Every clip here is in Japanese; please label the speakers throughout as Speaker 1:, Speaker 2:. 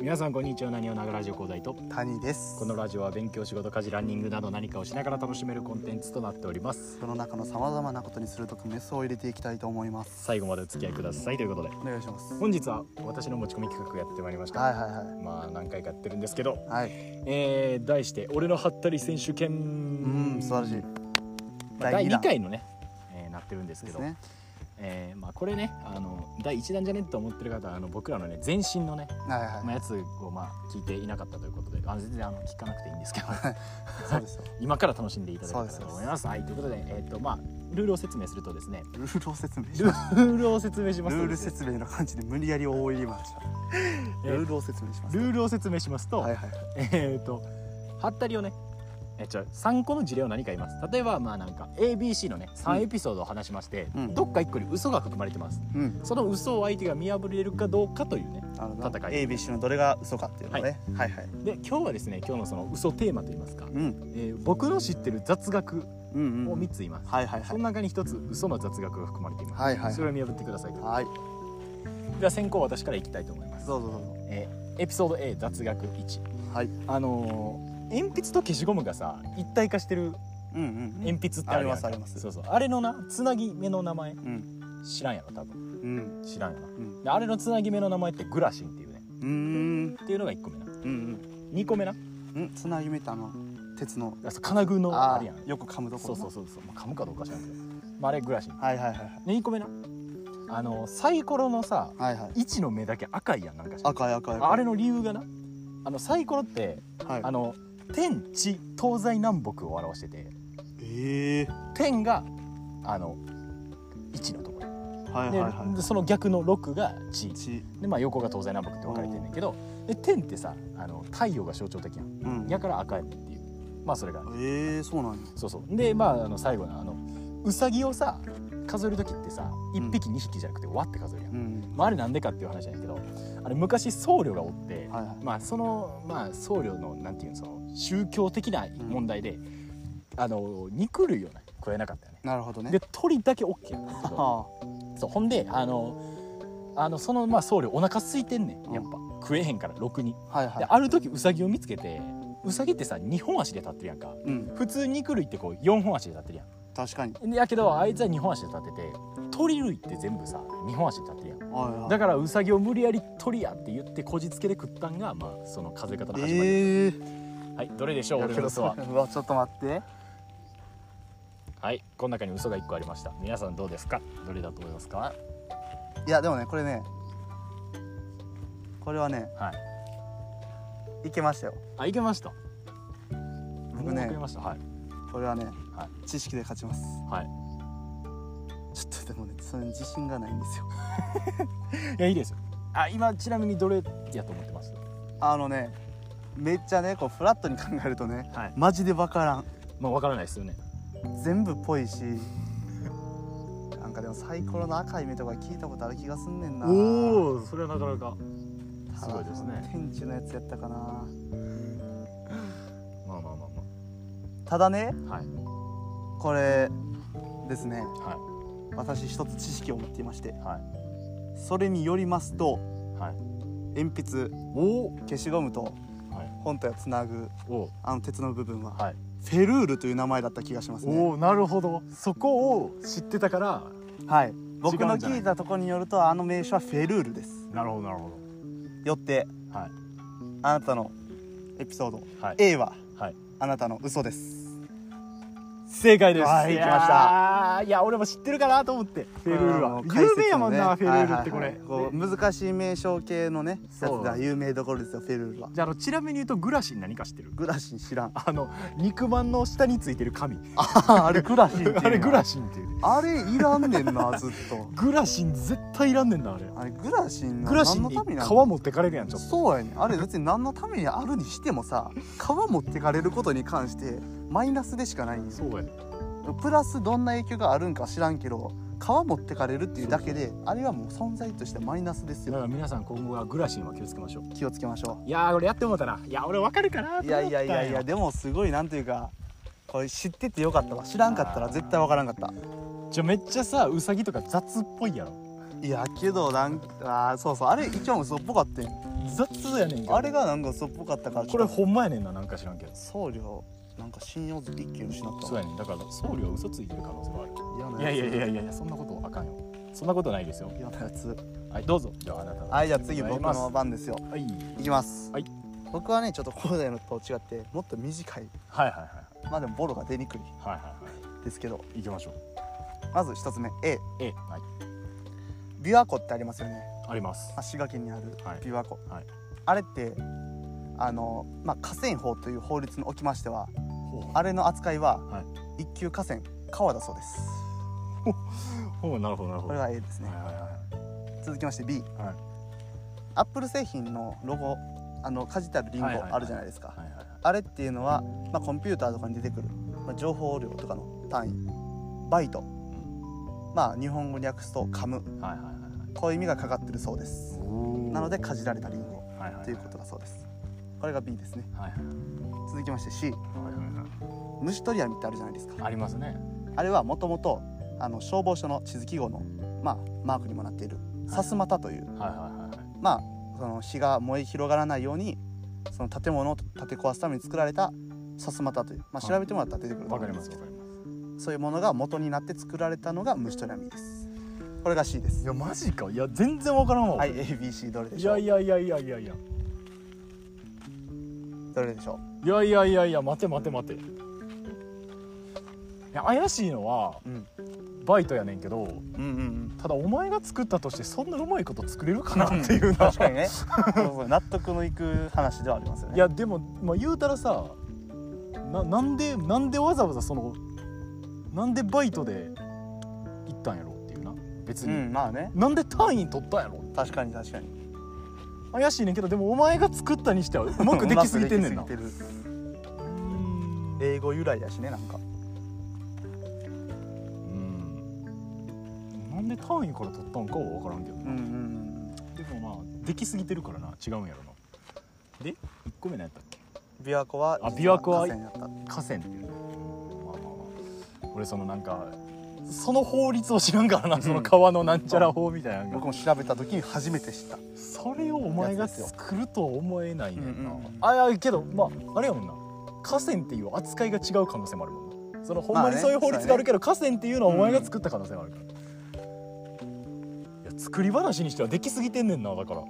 Speaker 1: 皆さんこんにちはなにをながラジオ広大と
Speaker 2: 谷です
Speaker 1: このラジオは勉強仕事家事ランニングなど何かをしながら楽しめるコンテンツとなっております
Speaker 2: 世の中のさまざまなことにするとメスを入れていきたいと思います
Speaker 1: 最後までお付き合いくださいということで
Speaker 2: お願いします
Speaker 1: 本日は私の持ち込み企画やってまいりました、
Speaker 2: はいは
Speaker 1: まあ何回かやってるんですけど、
Speaker 2: いはいはい
Speaker 1: えー、題して「俺のハッタリ選手権」
Speaker 2: うん素晴らしい
Speaker 1: まあ第
Speaker 2: 第二
Speaker 1: 2
Speaker 2: 弾
Speaker 1: 回のね、えーなってるんです
Speaker 2: で
Speaker 1: け
Speaker 2: す
Speaker 1: ど、
Speaker 2: ね
Speaker 1: えーまあ、これねあの第1弾じゃねえと思ってる方はあの僕らのね全身のね
Speaker 2: はいはい
Speaker 1: まあやつをまあ聞いていなかったということであの全然あの聞かなくていいんですけど
Speaker 2: そうですよ
Speaker 1: 今から楽しんでいただけた
Speaker 2: そう
Speaker 1: ら
Speaker 2: です
Speaker 1: と思います。はい、ということで、えっとまあ、ルールを説明するとですね
Speaker 2: ルールを説明し
Speaker 1: ル
Speaker 2: まし
Speaker 1: ールを説明したます
Speaker 2: ル
Speaker 1: と
Speaker 2: ー
Speaker 1: で
Speaker 2: ル
Speaker 1: すね
Speaker 2: 説明の感じで無理やり大入りました
Speaker 1: えー
Speaker 2: ルールを説明します
Speaker 1: ルールを説明しますと、
Speaker 2: はいはい
Speaker 1: えっとハッタリをねえちょ3個の事例を何か言います例えばまあなんか ABC のね3エピソードを話しまして、
Speaker 2: うん
Speaker 1: どっか1個に嘘が含まれてます
Speaker 2: うん
Speaker 1: その嘘を相手が見破れるかどうかというね
Speaker 2: あの
Speaker 1: 戦い
Speaker 2: ABC のどれが嘘かっていうのをねはいはい
Speaker 1: で今日はですね今日のその嘘テーマといいますか、
Speaker 2: うん
Speaker 1: えー僕の知ってる雑学
Speaker 2: うんうん
Speaker 1: を
Speaker 2: うん
Speaker 1: 3つ言います、
Speaker 2: はいはい
Speaker 1: そ
Speaker 2: はい
Speaker 1: の中に1つ嘘の雑学が含まれています、
Speaker 2: はいはい
Speaker 1: それを見破ってくださいと
Speaker 2: はい
Speaker 1: では先行私からいきたいと思います
Speaker 2: どうぞどうぞ
Speaker 1: えーエピソード A 雑学1
Speaker 2: はい
Speaker 1: あのー鉛筆と消しゴムがさ一体化してる
Speaker 2: うんうん
Speaker 1: 鉛筆ってあるやんか
Speaker 2: ありますあります
Speaker 1: そうそうあれのなつなぎ目の名前
Speaker 2: うん
Speaker 1: 知らんやろ多分
Speaker 2: うん
Speaker 1: 知らんよな
Speaker 2: うん
Speaker 1: であれのつなぎ目の名前ってグラシンっていうね
Speaker 2: うーん
Speaker 1: っていうのが1個目な
Speaker 2: うんうん
Speaker 1: 2個目な
Speaker 2: うんつなぎ目ってあの鉄の
Speaker 1: あそう金具のあ
Speaker 2: あ
Speaker 1: るやん
Speaker 2: ーよく噛むとこ
Speaker 1: そ
Speaker 2: ろ
Speaker 1: う
Speaker 2: な
Speaker 1: そうそうそう、まあ、噛むかどうか知らんけど、まあ、あれグラシン
Speaker 2: はいはいはいはい
Speaker 1: で2個目なあのーサイコロのさ
Speaker 2: はいはい
Speaker 1: 1の目だけ赤いやんなんか知らん
Speaker 2: 赤い赤い赤い
Speaker 1: あれの理由がなあのサイコロって
Speaker 2: はい
Speaker 1: あの天地東西南北を表してて
Speaker 2: ええ
Speaker 1: 天があの1のところ
Speaker 2: はいはい
Speaker 1: で,、
Speaker 2: は
Speaker 1: その逆の6が地
Speaker 2: いち
Speaker 1: で、まあ、横が東西南北って分かれてんねんけどで天ってさあの太陽が象徴的やん
Speaker 2: うん
Speaker 1: やから赤いっていうまあそれが
Speaker 2: ええそうなんや
Speaker 1: そうそうでまああの最後のあのうさぎをさ数える時ってさ1匹2匹じゃなくてわって数えるやん、
Speaker 2: うん
Speaker 1: まあ、あれなんでかっていう話なんやけどあれ昔僧侶がおって、
Speaker 2: はいはい
Speaker 1: まあそのまあ僧侶のなんていうのその宗教的な問題で、あの肉類をね食えなかったよね。
Speaker 2: なるほどね
Speaker 1: で鳥だけ OK やったんだけど
Speaker 2: は
Speaker 1: そうほんであのあのそのまあ僧侶お腹空いてんねんやっぱ、食えへんからろくに。
Speaker 2: あはいは
Speaker 1: で
Speaker 2: い
Speaker 1: ある時ウサギを見つけてウサギってさ2本足で立ってるやんか。
Speaker 2: うん
Speaker 1: 普通肉類ってこう4本足で立ってるや
Speaker 2: 確かに
Speaker 1: ん。でやけどあいつは2本足で立ってて鳥類って全部さ2本足で立ってるやん。
Speaker 2: はいはい
Speaker 1: だからウサギを無理やり鳥やって言ってこじつけで食ったんがまあその風方の始まりで
Speaker 2: ええ
Speaker 1: はい、どれでしょう、俺の嘘は。
Speaker 2: うわちょっと待って
Speaker 1: はい、この中に嘘が一個ありました。皆さんどうですか。どれだと思いますか。
Speaker 2: いやでもねこれねこれはね
Speaker 1: はい。
Speaker 2: いけましたよ
Speaker 1: あ、いけました。
Speaker 2: 僕
Speaker 1: もう
Speaker 2: ね
Speaker 1: わかりました。はい。
Speaker 2: これはね
Speaker 1: は
Speaker 2: 知識で勝ちます
Speaker 1: はい。
Speaker 2: ちょっとでもねそれに自信がないんですよ
Speaker 1: いや、いいですよ。あ、今ちなみにどれやと思ってます。
Speaker 2: あのねめっちゃねこうフラットに考えるとね
Speaker 1: はい。
Speaker 2: マジで分からん
Speaker 1: まあ、わからないですよね。
Speaker 2: 全部ぽいしなんかでもサイコロの赤い目とか聞いたことある気がすんねんな
Speaker 1: お、それはなかなか。
Speaker 2: た
Speaker 1: す
Speaker 2: だ
Speaker 1: ごいですね
Speaker 2: 天地のやつやったかな
Speaker 1: まあまあまあ
Speaker 2: ただね
Speaker 1: まあ。はい。
Speaker 2: これですね
Speaker 1: は
Speaker 2: 私一つ知識を持っていまして
Speaker 1: い。はい。
Speaker 2: それによりますと
Speaker 1: はい。
Speaker 2: 鉛筆
Speaker 1: お
Speaker 2: 消しゴムと
Speaker 1: はい。
Speaker 2: 本体をつなぐ
Speaker 1: お。
Speaker 2: あの鉄の部分は、
Speaker 1: はい。
Speaker 2: フェルールという名前だった気がしますね
Speaker 1: お、なるほど。そこを知ってたから。
Speaker 2: はい僕
Speaker 1: 違う
Speaker 2: の
Speaker 1: んじゃない
Speaker 2: 聞いたところによるとあの名称はフェルールです
Speaker 1: なるほど、なるほ
Speaker 2: よって
Speaker 1: ど。はい。
Speaker 2: あなたのエピソード
Speaker 1: はい。
Speaker 2: A は
Speaker 1: はい。
Speaker 2: あなたの嘘です
Speaker 1: 正解です。
Speaker 2: はい
Speaker 1: やー
Speaker 2: 来ました。
Speaker 1: いや、俺も知ってるかなと思って。フェルールは
Speaker 2: こ。れもう
Speaker 1: 有名やもんな、
Speaker 2: 解
Speaker 1: フ
Speaker 2: 説
Speaker 1: ェ
Speaker 2: の
Speaker 1: ル
Speaker 2: ね
Speaker 1: ールってこれ。
Speaker 2: はいはいはいこう難しい名称系のねやつ
Speaker 1: そう
Speaker 2: が有名どころですよフェルールは
Speaker 1: じゃあ、あの、ちなみに言うと、グラシン何か知ってる。
Speaker 2: グラシン知らん
Speaker 1: あの、肉まんの下についてる紙。
Speaker 2: あれグラシンっていうの
Speaker 1: あれ、グラシンっていうね。
Speaker 2: あれいらんねんなずっと
Speaker 1: グラシン絶対いらんねんな、あれ。
Speaker 2: あれグラシンの
Speaker 1: グラシ
Speaker 2: 何
Speaker 1: ン
Speaker 2: の
Speaker 1: に
Speaker 2: た
Speaker 1: 皮
Speaker 2: めなの
Speaker 1: 持ってかれるやん、ちょっと。
Speaker 2: そうやねんあれ別に何のためにあるにしてもさ皮持ってかれることに関してマイナスでしかないんよ
Speaker 1: そうやね。
Speaker 2: プラスどんな影響があるんか知らんけど皮持ってかれるっていうだけであれはもう存在としてマイナスです
Speaker 1: だか
Speaker 2: よ
Speaker 1: ら、皆さん、今後はグラシンは気をつけましょう。
Speaker 2: 気をつけましょう
Speaker 1: いやー、俺やって思ったな。いや、俺わかるかなと思った
Speaker 2: い
Speaker 1: んよ。
Speaker 2: やいやいやいやでもすごいなんていうかこれ知っててよかったわ知らんかったら絶対わからんかった
Speaker 1: じゃあ、めっちゃさ、ウサギとか雑っぽいやろ。
Speaker 2: いやけどなんあーそうそうあれ一応嘘っぽかったよ
Speaker 1: 雑やねんけど
Speaker 2: あれがなんか嘘っぽかったから
Speaker 1: これほんまやねんななんか知らんけど
Speaker 2: 送料なんか信用一気失った
Speaker 1: そうやねんだから送料嘘ついてる可能性はある
Speaker 2: 嫌
Speaker 1: いや
Speaker 2: なやつ
Speaker 1: いやいやいやいやそんなことあかんよそんなことないですよ
Speaker 2: 嫌なやつ
Speaker 1: はいどうぞじゃああなたの
Speaker 2: はいじゃあ次僕の
Speaker 1: は
Speaker 2: 番ですよ
Speaker 1: い
Speaker 2: いきます、
Speaker 1: はい
Speaker 2: 僕はねちょっと広大のと違ってもっと短い
Speaker 1: はいはいはい
Speaker 2: まあでもボロが出にくい
Speaker 1: はいはいは
Speaker 2: ですけど
Speaker 1: い行きましょう
Speaker 2: まず一つ目 A
Speaker 1: A はい
Speaker 2: 琵琶湖ってありますよね、
Speaker 1: あります
Speaker 2: まあ、滋賀県にある
Speaker 1: はい
Speaker 2: 琵琶湖、
Speaker 1: はい
Speaker 2: あれってあの、まあ、河川法という法律におきましては
Speaker 1: ほう
Speaker 2: あれの扱いは
Speaker 1: はい
Speaker 2: 一級河川川だそうです
Speaker 1: ほうなるほどなるほ
Speaker 2: こ
Speaker 1: ど
Speaker 2: れは A です
Speaker 1: は
Speaker 2: ね
Speaker 1: いはいは
Speaker 2: 続きまして B
Speaker 1: いはい
Speaker 2: アップル製品のロゴあのかじってあるリンゴ
Speaker 1: はいはいはい
Speaker 2: あるじゃないですか
Speaker 1: はいはいはい
Speaker 2: あれっていうのは、まあ、コンピューターとかに出てくる、まあ、情報量とかの単位バイトまあ日本語に訳すと噛む
Speaker 1: はいはいはいはい
Speaker 2: こういう意味がかかってるそうですな
Speaker 1: な
Speaker 2: のでかじられたリンゴ
Speaker 1: はいはい
Speaker 2: ということだそうですこれが B ですね
Speaker 1: はいはい
Speaker 2: 続きまして
Speaker 1: は
Speaker 2: C
Speaker 1: いはいはい
Speaker 2: 虫取り網ってあるじゃないですか
Speaker 1: ありますね
Speaker 2: あれはもともとあの消防署の地図記号の、まあ、マークにもなっているさすまたという、
Speaker 1: はいはいはいはい
Speaker 2: まあその火が燃え広がらないようにその建物を建て壊すために作られたさすまたという、
Speaker 1: は
Speaker 2: まあ、
Speaker 1: い
Speaker 2: 調べてもらったら出てくると
Speaker 1: わ
Speaker 2: 思
Speaker 1: かり
Speaker 2: うんで
Speaker 1: ますす
Speaker 2: け
Speaker 1: わ
Speaker 2: ど
Speaker 1: かります
Speaker 2: そういうものが元になって作られたのが虫取り網ですこれが C です
Speaker 1: いやマジかいや全然わからんわ
Speaker 2: は
Speaker 1: 俺
Speaker 2: い ABC どれで
Speaker 1: い
Speaker 2: し
Speaker 1: や
Speaker 2: ょう
Speaker 1: いやいやいやいやいや
Speaker 2: どれでしょ
Speaker 1: いやいやいやいや待て待て待ていや怪しいのは
Speaker 2: う、うん、
Speaker 1: バイトやねんけど
Speaker 2: うんうん
Speaker 1: ただお前が作ったとしてそんなうまいこと作れるかな
Speaker 2: うん
Speaker 1: っていうな
Speaker 2: 確かにね そうそう納得のいく話ではありますよね
Speaker 1: いやでも、まあ、言うたらさななんでなんでわざわざそのなんでバイトで行ったんやろっていうな別
Speaker 2: う
Speaker 1: に、
Speaker 2: んまあね
Speaker 1: なんで単位取ったんやろ
Speaker 2: 確かに確かに
Speaker 1: 怪しいねんけどでもお前が作ったにしてはうまくできすぎてんねんな
Speaker 2: うまくできすぎてる
Speaker 1: うん
Speaker 2: 英語由来やしねなんか
Speaker 1: うんなんで単位から取ったんかは分からんけど
Speaker 2: うん
Speaker 1: な、
Speaker 2: うんうん
Speaker 1: でもまあできすぎてるからな違うんやろなで1個目何やったっけ
Speaker 2: 琵琶湖は
Speaker 1: あ琵琶湖は
Speaker 2: 実河川やっ
Speaker 1: 河川っていうねまあまあまあ俺そのなんかその法律を知らんからなその川のなんちゃら法みたいな
Speaker 2: た
Speaker 1: の
Speaker 2: 僕
Speaker 1: が
Speaker 2: も調べた時に初めて知った
Speaker 1: それをお前が作るとは思えないねんな、
Speaker 2: うんうん
Speaker 1: あいやけどまああれやもんな河川っていう扱いが違う可能性もあるもんなそのほんま
Speaker 2: まあ
Speaker 1: に
Speaker 2: ね
Speaker 1: そういう法律があるけど、河川っていうのはお前が作った可能性もあるから、いや作り話にしてはできすぎてんねんなだから
Speaker 2: だか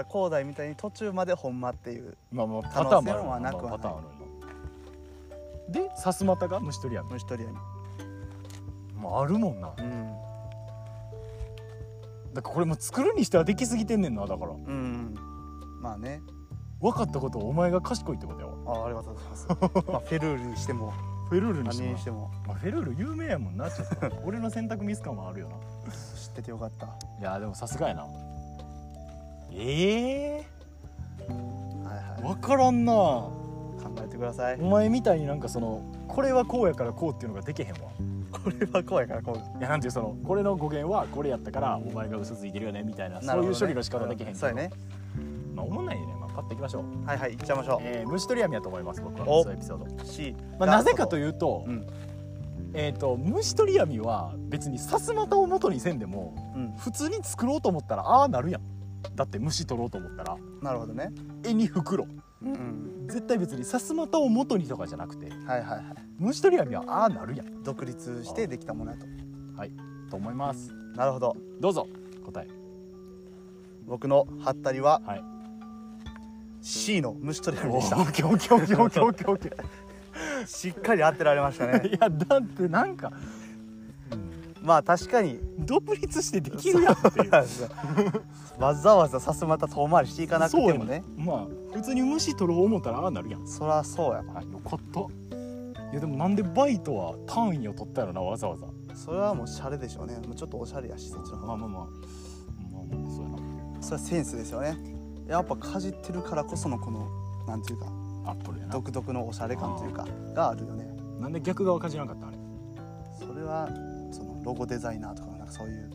Speaker 2: ら高台みたいに途中までほんまっていう
Speaker 1: まあまあ
Speaker 2: 可
Speaker 1: パターン
Speaker 2: 能
Speaker 1: も
Speaker 2: 性
Speaker 1: ある
Speaker 2: はなくはない
Speaker 1: まあパターンあるなでさすまたが虫取り網
Speaker 2: 虫取り網
Speaker 1: まああるもんな
Speaker 2: うん
Speaker 1: だからこれもう作るにしてはできすぎてんねんなだから
Speaker 2: うんまあね
Speaker 1: 分かったことをお前が賢いってことやわ
Speaker 2: あありがとうござ いますまあフェルールにしても
Speaker 1: フェルールにして
Speaker 2: 何
Speaker 1: も
Speaker 2: にしても
Speaker 1: まあ、フェルール有名やもんなちょっと 俺の選択ミス感はあるよな
Speaker 2: 知っててよかったはい
Speaker 1: やでもさすがやなええ
Speaker 2: いは
Speaker 1: 分からんなお
Speaker 2: い考えてください
Speaker 1: 前みたいになんかそのこれはこうやからこうっていうのができへんわ
Speaker 2: これは怖いから怖い
Speaker 1: いやなんていうそのこれの語源はこれやったからお前が嘘ついてるよねみたいなそういう処理の仕方できへんけど
Speaker 2: そうやね
Speaker 1: まあおもんないよね、まあ、パッといきましょう、
Speaker 2: はいはいいっちゃいましょ
Speaker 1: えー、虫取り網やと思います僕は
Speaker 2: お
Speaker 1: そういうエピソード、
Speaker 2: う C
Speaker 1: まあ、なぜかと
Speaker 2: う
Speaker 1: いうと、
Speaker 2: うん
Speaker 1: えっ、と虫取り網は別にさすまたを元にせんでも
Speaker 2: うん
Speaker 1: 普通に作ろうと思ったらああなるやんだって虫取ろうと思ったら
Speaker 2: なるほどね
Speaker 1: 絵に袋
Speaker 2: うん
Speaker 1: 絶対別にさすまたを元にとかじゃなくて
Speaker 2: はいはいはい
Speaker 1: 虫取り網はああなるやん
Speaker 2: 独立してできたものやと
Speaker 1: と思います
Speaker 2: なるほど
Speaker 1: どうぞ答え
Speaker 2: 僕のハッタリは
Speaker 1: はい
Speaker 2: C の虫取り網
Speaker 1: お
Speaker 2: でした
Speaker 1: ーオッケーオッケーオッケーオッケーオッケーオッケ
Speaker 2: しっかり当てられました
Speaker 1: ー
Speaker 2: ね
Speaker 1: いやだってなんか、うん
Speaker 2: まあ確かに
Speaker 1: 独立してできるやんっていう
Speaker 2: わざわざさすまた遠回りしていかなくてもね
Speaker 1: そうやんまあ普通に虫取ろう思ったらああなるやん
Speaker 2: そりゃそうや
Speaker 1: あよかったいやでもなんでバイトは単位を取ったやろなわざわざ
Speaker 2: それはもうシャレでしょうねもうちょっとおしゃれやしそっちの方
Speaker 1: まあまあまあまあまあそうや
Speaker 2: それはセンスですよねやっぱかじってるからこそのこのなんていうか
Speaker 1: なアップルやな
Speaker 2: 独特のおしゃれ感というかがあるよね
Speaker 1: なんで逆側かじらんかったんあれ
Speaker 2: それはそのロゴデザイナーとかなんかそういう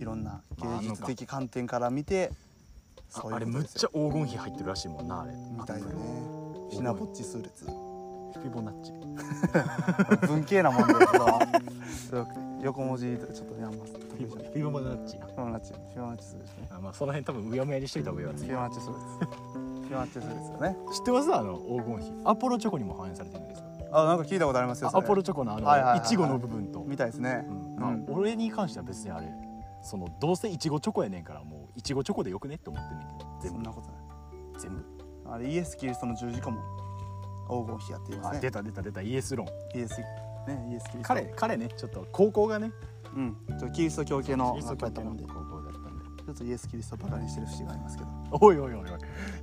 Speaker 2: いろんな芸術的観点から見て
Speaker 1: あ
Speaker 2: そういう
Speaker 1: あれ
Speaker 2: こと
Speaker 1: むっ
Speaker 2: です
Speaker 1: ちゃ黄金比入ってるらしいもんなあれ
Speaker 2: みたいなねシナぼっち数列
Speaker 1: フィボナッチフ
Speaker 2: 文系なもんだけど横文字とかちょっとねあんま得意
Speaker 1: ィ
Speaker 2: じ
Speaker 1: ボ
Speaker 2: ゃない
Speaker 1: フィボナッチ
Speaker 2: フィボナッチフィボナッチ数ですね
Speaker 1: あまあその辺多分うやむやにしといた方がいいわ
Speaker 2: フ
Speaker 1: 次
Speaker 2: ィボナッチ数ですフィボナッチ数ですよね
Speaker 1: 知ってますあの黄金比アポロチョコにも反映されてるんですよ
Speaker 2: あなんか聞いたことありますよ
Speaker 1: あ
Speaker 2: それ
Speaker 1: アポロチョコのあ
Speaker 2: はいはいはい
Speaker 1: の
Speaker 2: はい
Speaker 1: いちごの部分と、
Speaker 2: みたいですね
Speaker 1: うんまあ
Speaker 2: うん
Speaker 1: 俺に関しては別にあれそのどうせいちごチョコやねんからもういちごチョコでよくねって思ってんねんけど
Speaker 2: そ
Speaker 1: 全
Speaker 2: ん
Speaker 1: 部
Speaker 2: なことな
Speaker 1: 全部、
Speaker 2: いあれイエス・キリストの十字架も黄金比やっていま
Speaker 1: あ
Speaker 2: す
Speaker 1: 出
Speaker 2: ね
Speaker 1: た出た出たイエス論
Speaker 2: イエスねイエス・キリスト
Speaker 1: 彼彼ねちょっと高校がね
Speaker 2: うんちょっとキリスト教系の
Speaker 1: キリスト
Speaker 2: 学校
Speaker 1: 教
Speaker 2: やった
Speaker 1: 系
Speaker 2: も
Speaker 1: の
Speaker 2: んでち
Speaker 1: 高校だったんで
Speaker 2: ょっとイエス・キリストをバカにしてる節がありますけど
Speaker 1: おいおいおいおい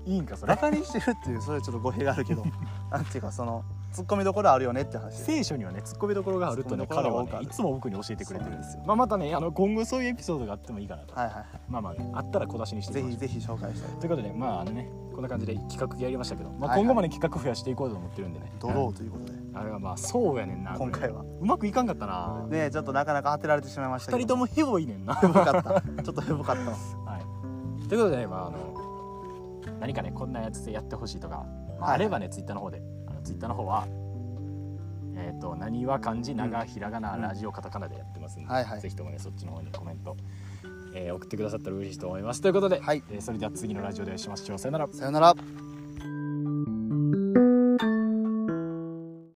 Speaker 1: いいんかそ
Speaker 2: バ
Speaker 1: れ
Speaker 2: カにしてるっていうそれはちょっと語弊があ るけどなんていうかそのツッコミどころあるよねって話です
Speaker 1: 聖書にはねツッコミどころがあるとね
Speaker 2: ツッコ
Speaker 1: 彼
Speaker 2: ミどこ
Speaker 1: は
Speaker 2: ろが多くあ
Speaker 1: ね
Speaker 2: る
Speaker 1: いつも僕に教えてくれてるんです
Speaker 2: そうなんですよ
Speaker 1: よまあまたねあの今後そういうエピソードがあってもいいかなと
Speaker 2: はいはいは
Speaker 1: まあまあねあったら小出しにし
Speaker 2: い
Speaker 1: て
Speaker 2: ぜ
Speaker 1: いきま
Speaker 2: ひ
Speaker 1: しょ
Speaker 2: ぜひ紹介したいう
Speaker 1: ということでまああのねこんな感じで企画やりましたけど、ま
Speaker 2: は
Speaker 1: あ、
Speaker 2: いはい
Speaker 1: 今後もね企画増やしていこうと思ってるんでね
Speaker 2: ドローということで
Speaker 1: あれはまあそうやねんな
Speaker 2: 今回は
Speaker 1: これうまくいかんかったな
Speaker 2: ねえちょっとなかなか当てられてしまいました
Speaker 1: 二
Speaker 2: けど
Speaker 1: 人 ともヘボいねんな
Speaker 2: ヘボかったちょっとヘボかったわ
Speaker 1: はいということでねまああの何かねこんなやつでやってほしいとかまああればねツイッターの方であのツイッターの方はえっ、と何は漢字長ひらがな、
Speaker 2: うん
Speaker 1: ラジオカタカナでやってますんで、
Speaker 2: はいはい
Speaker 1: ぜひともねそっちの方にコメント、えー送ってくださったら嬉しいと思いますということで、
Speaker 2: はい
Speaker 1: えーそれでは次のラジオでお会いしましょうさよなら
Speaker 2: さよなら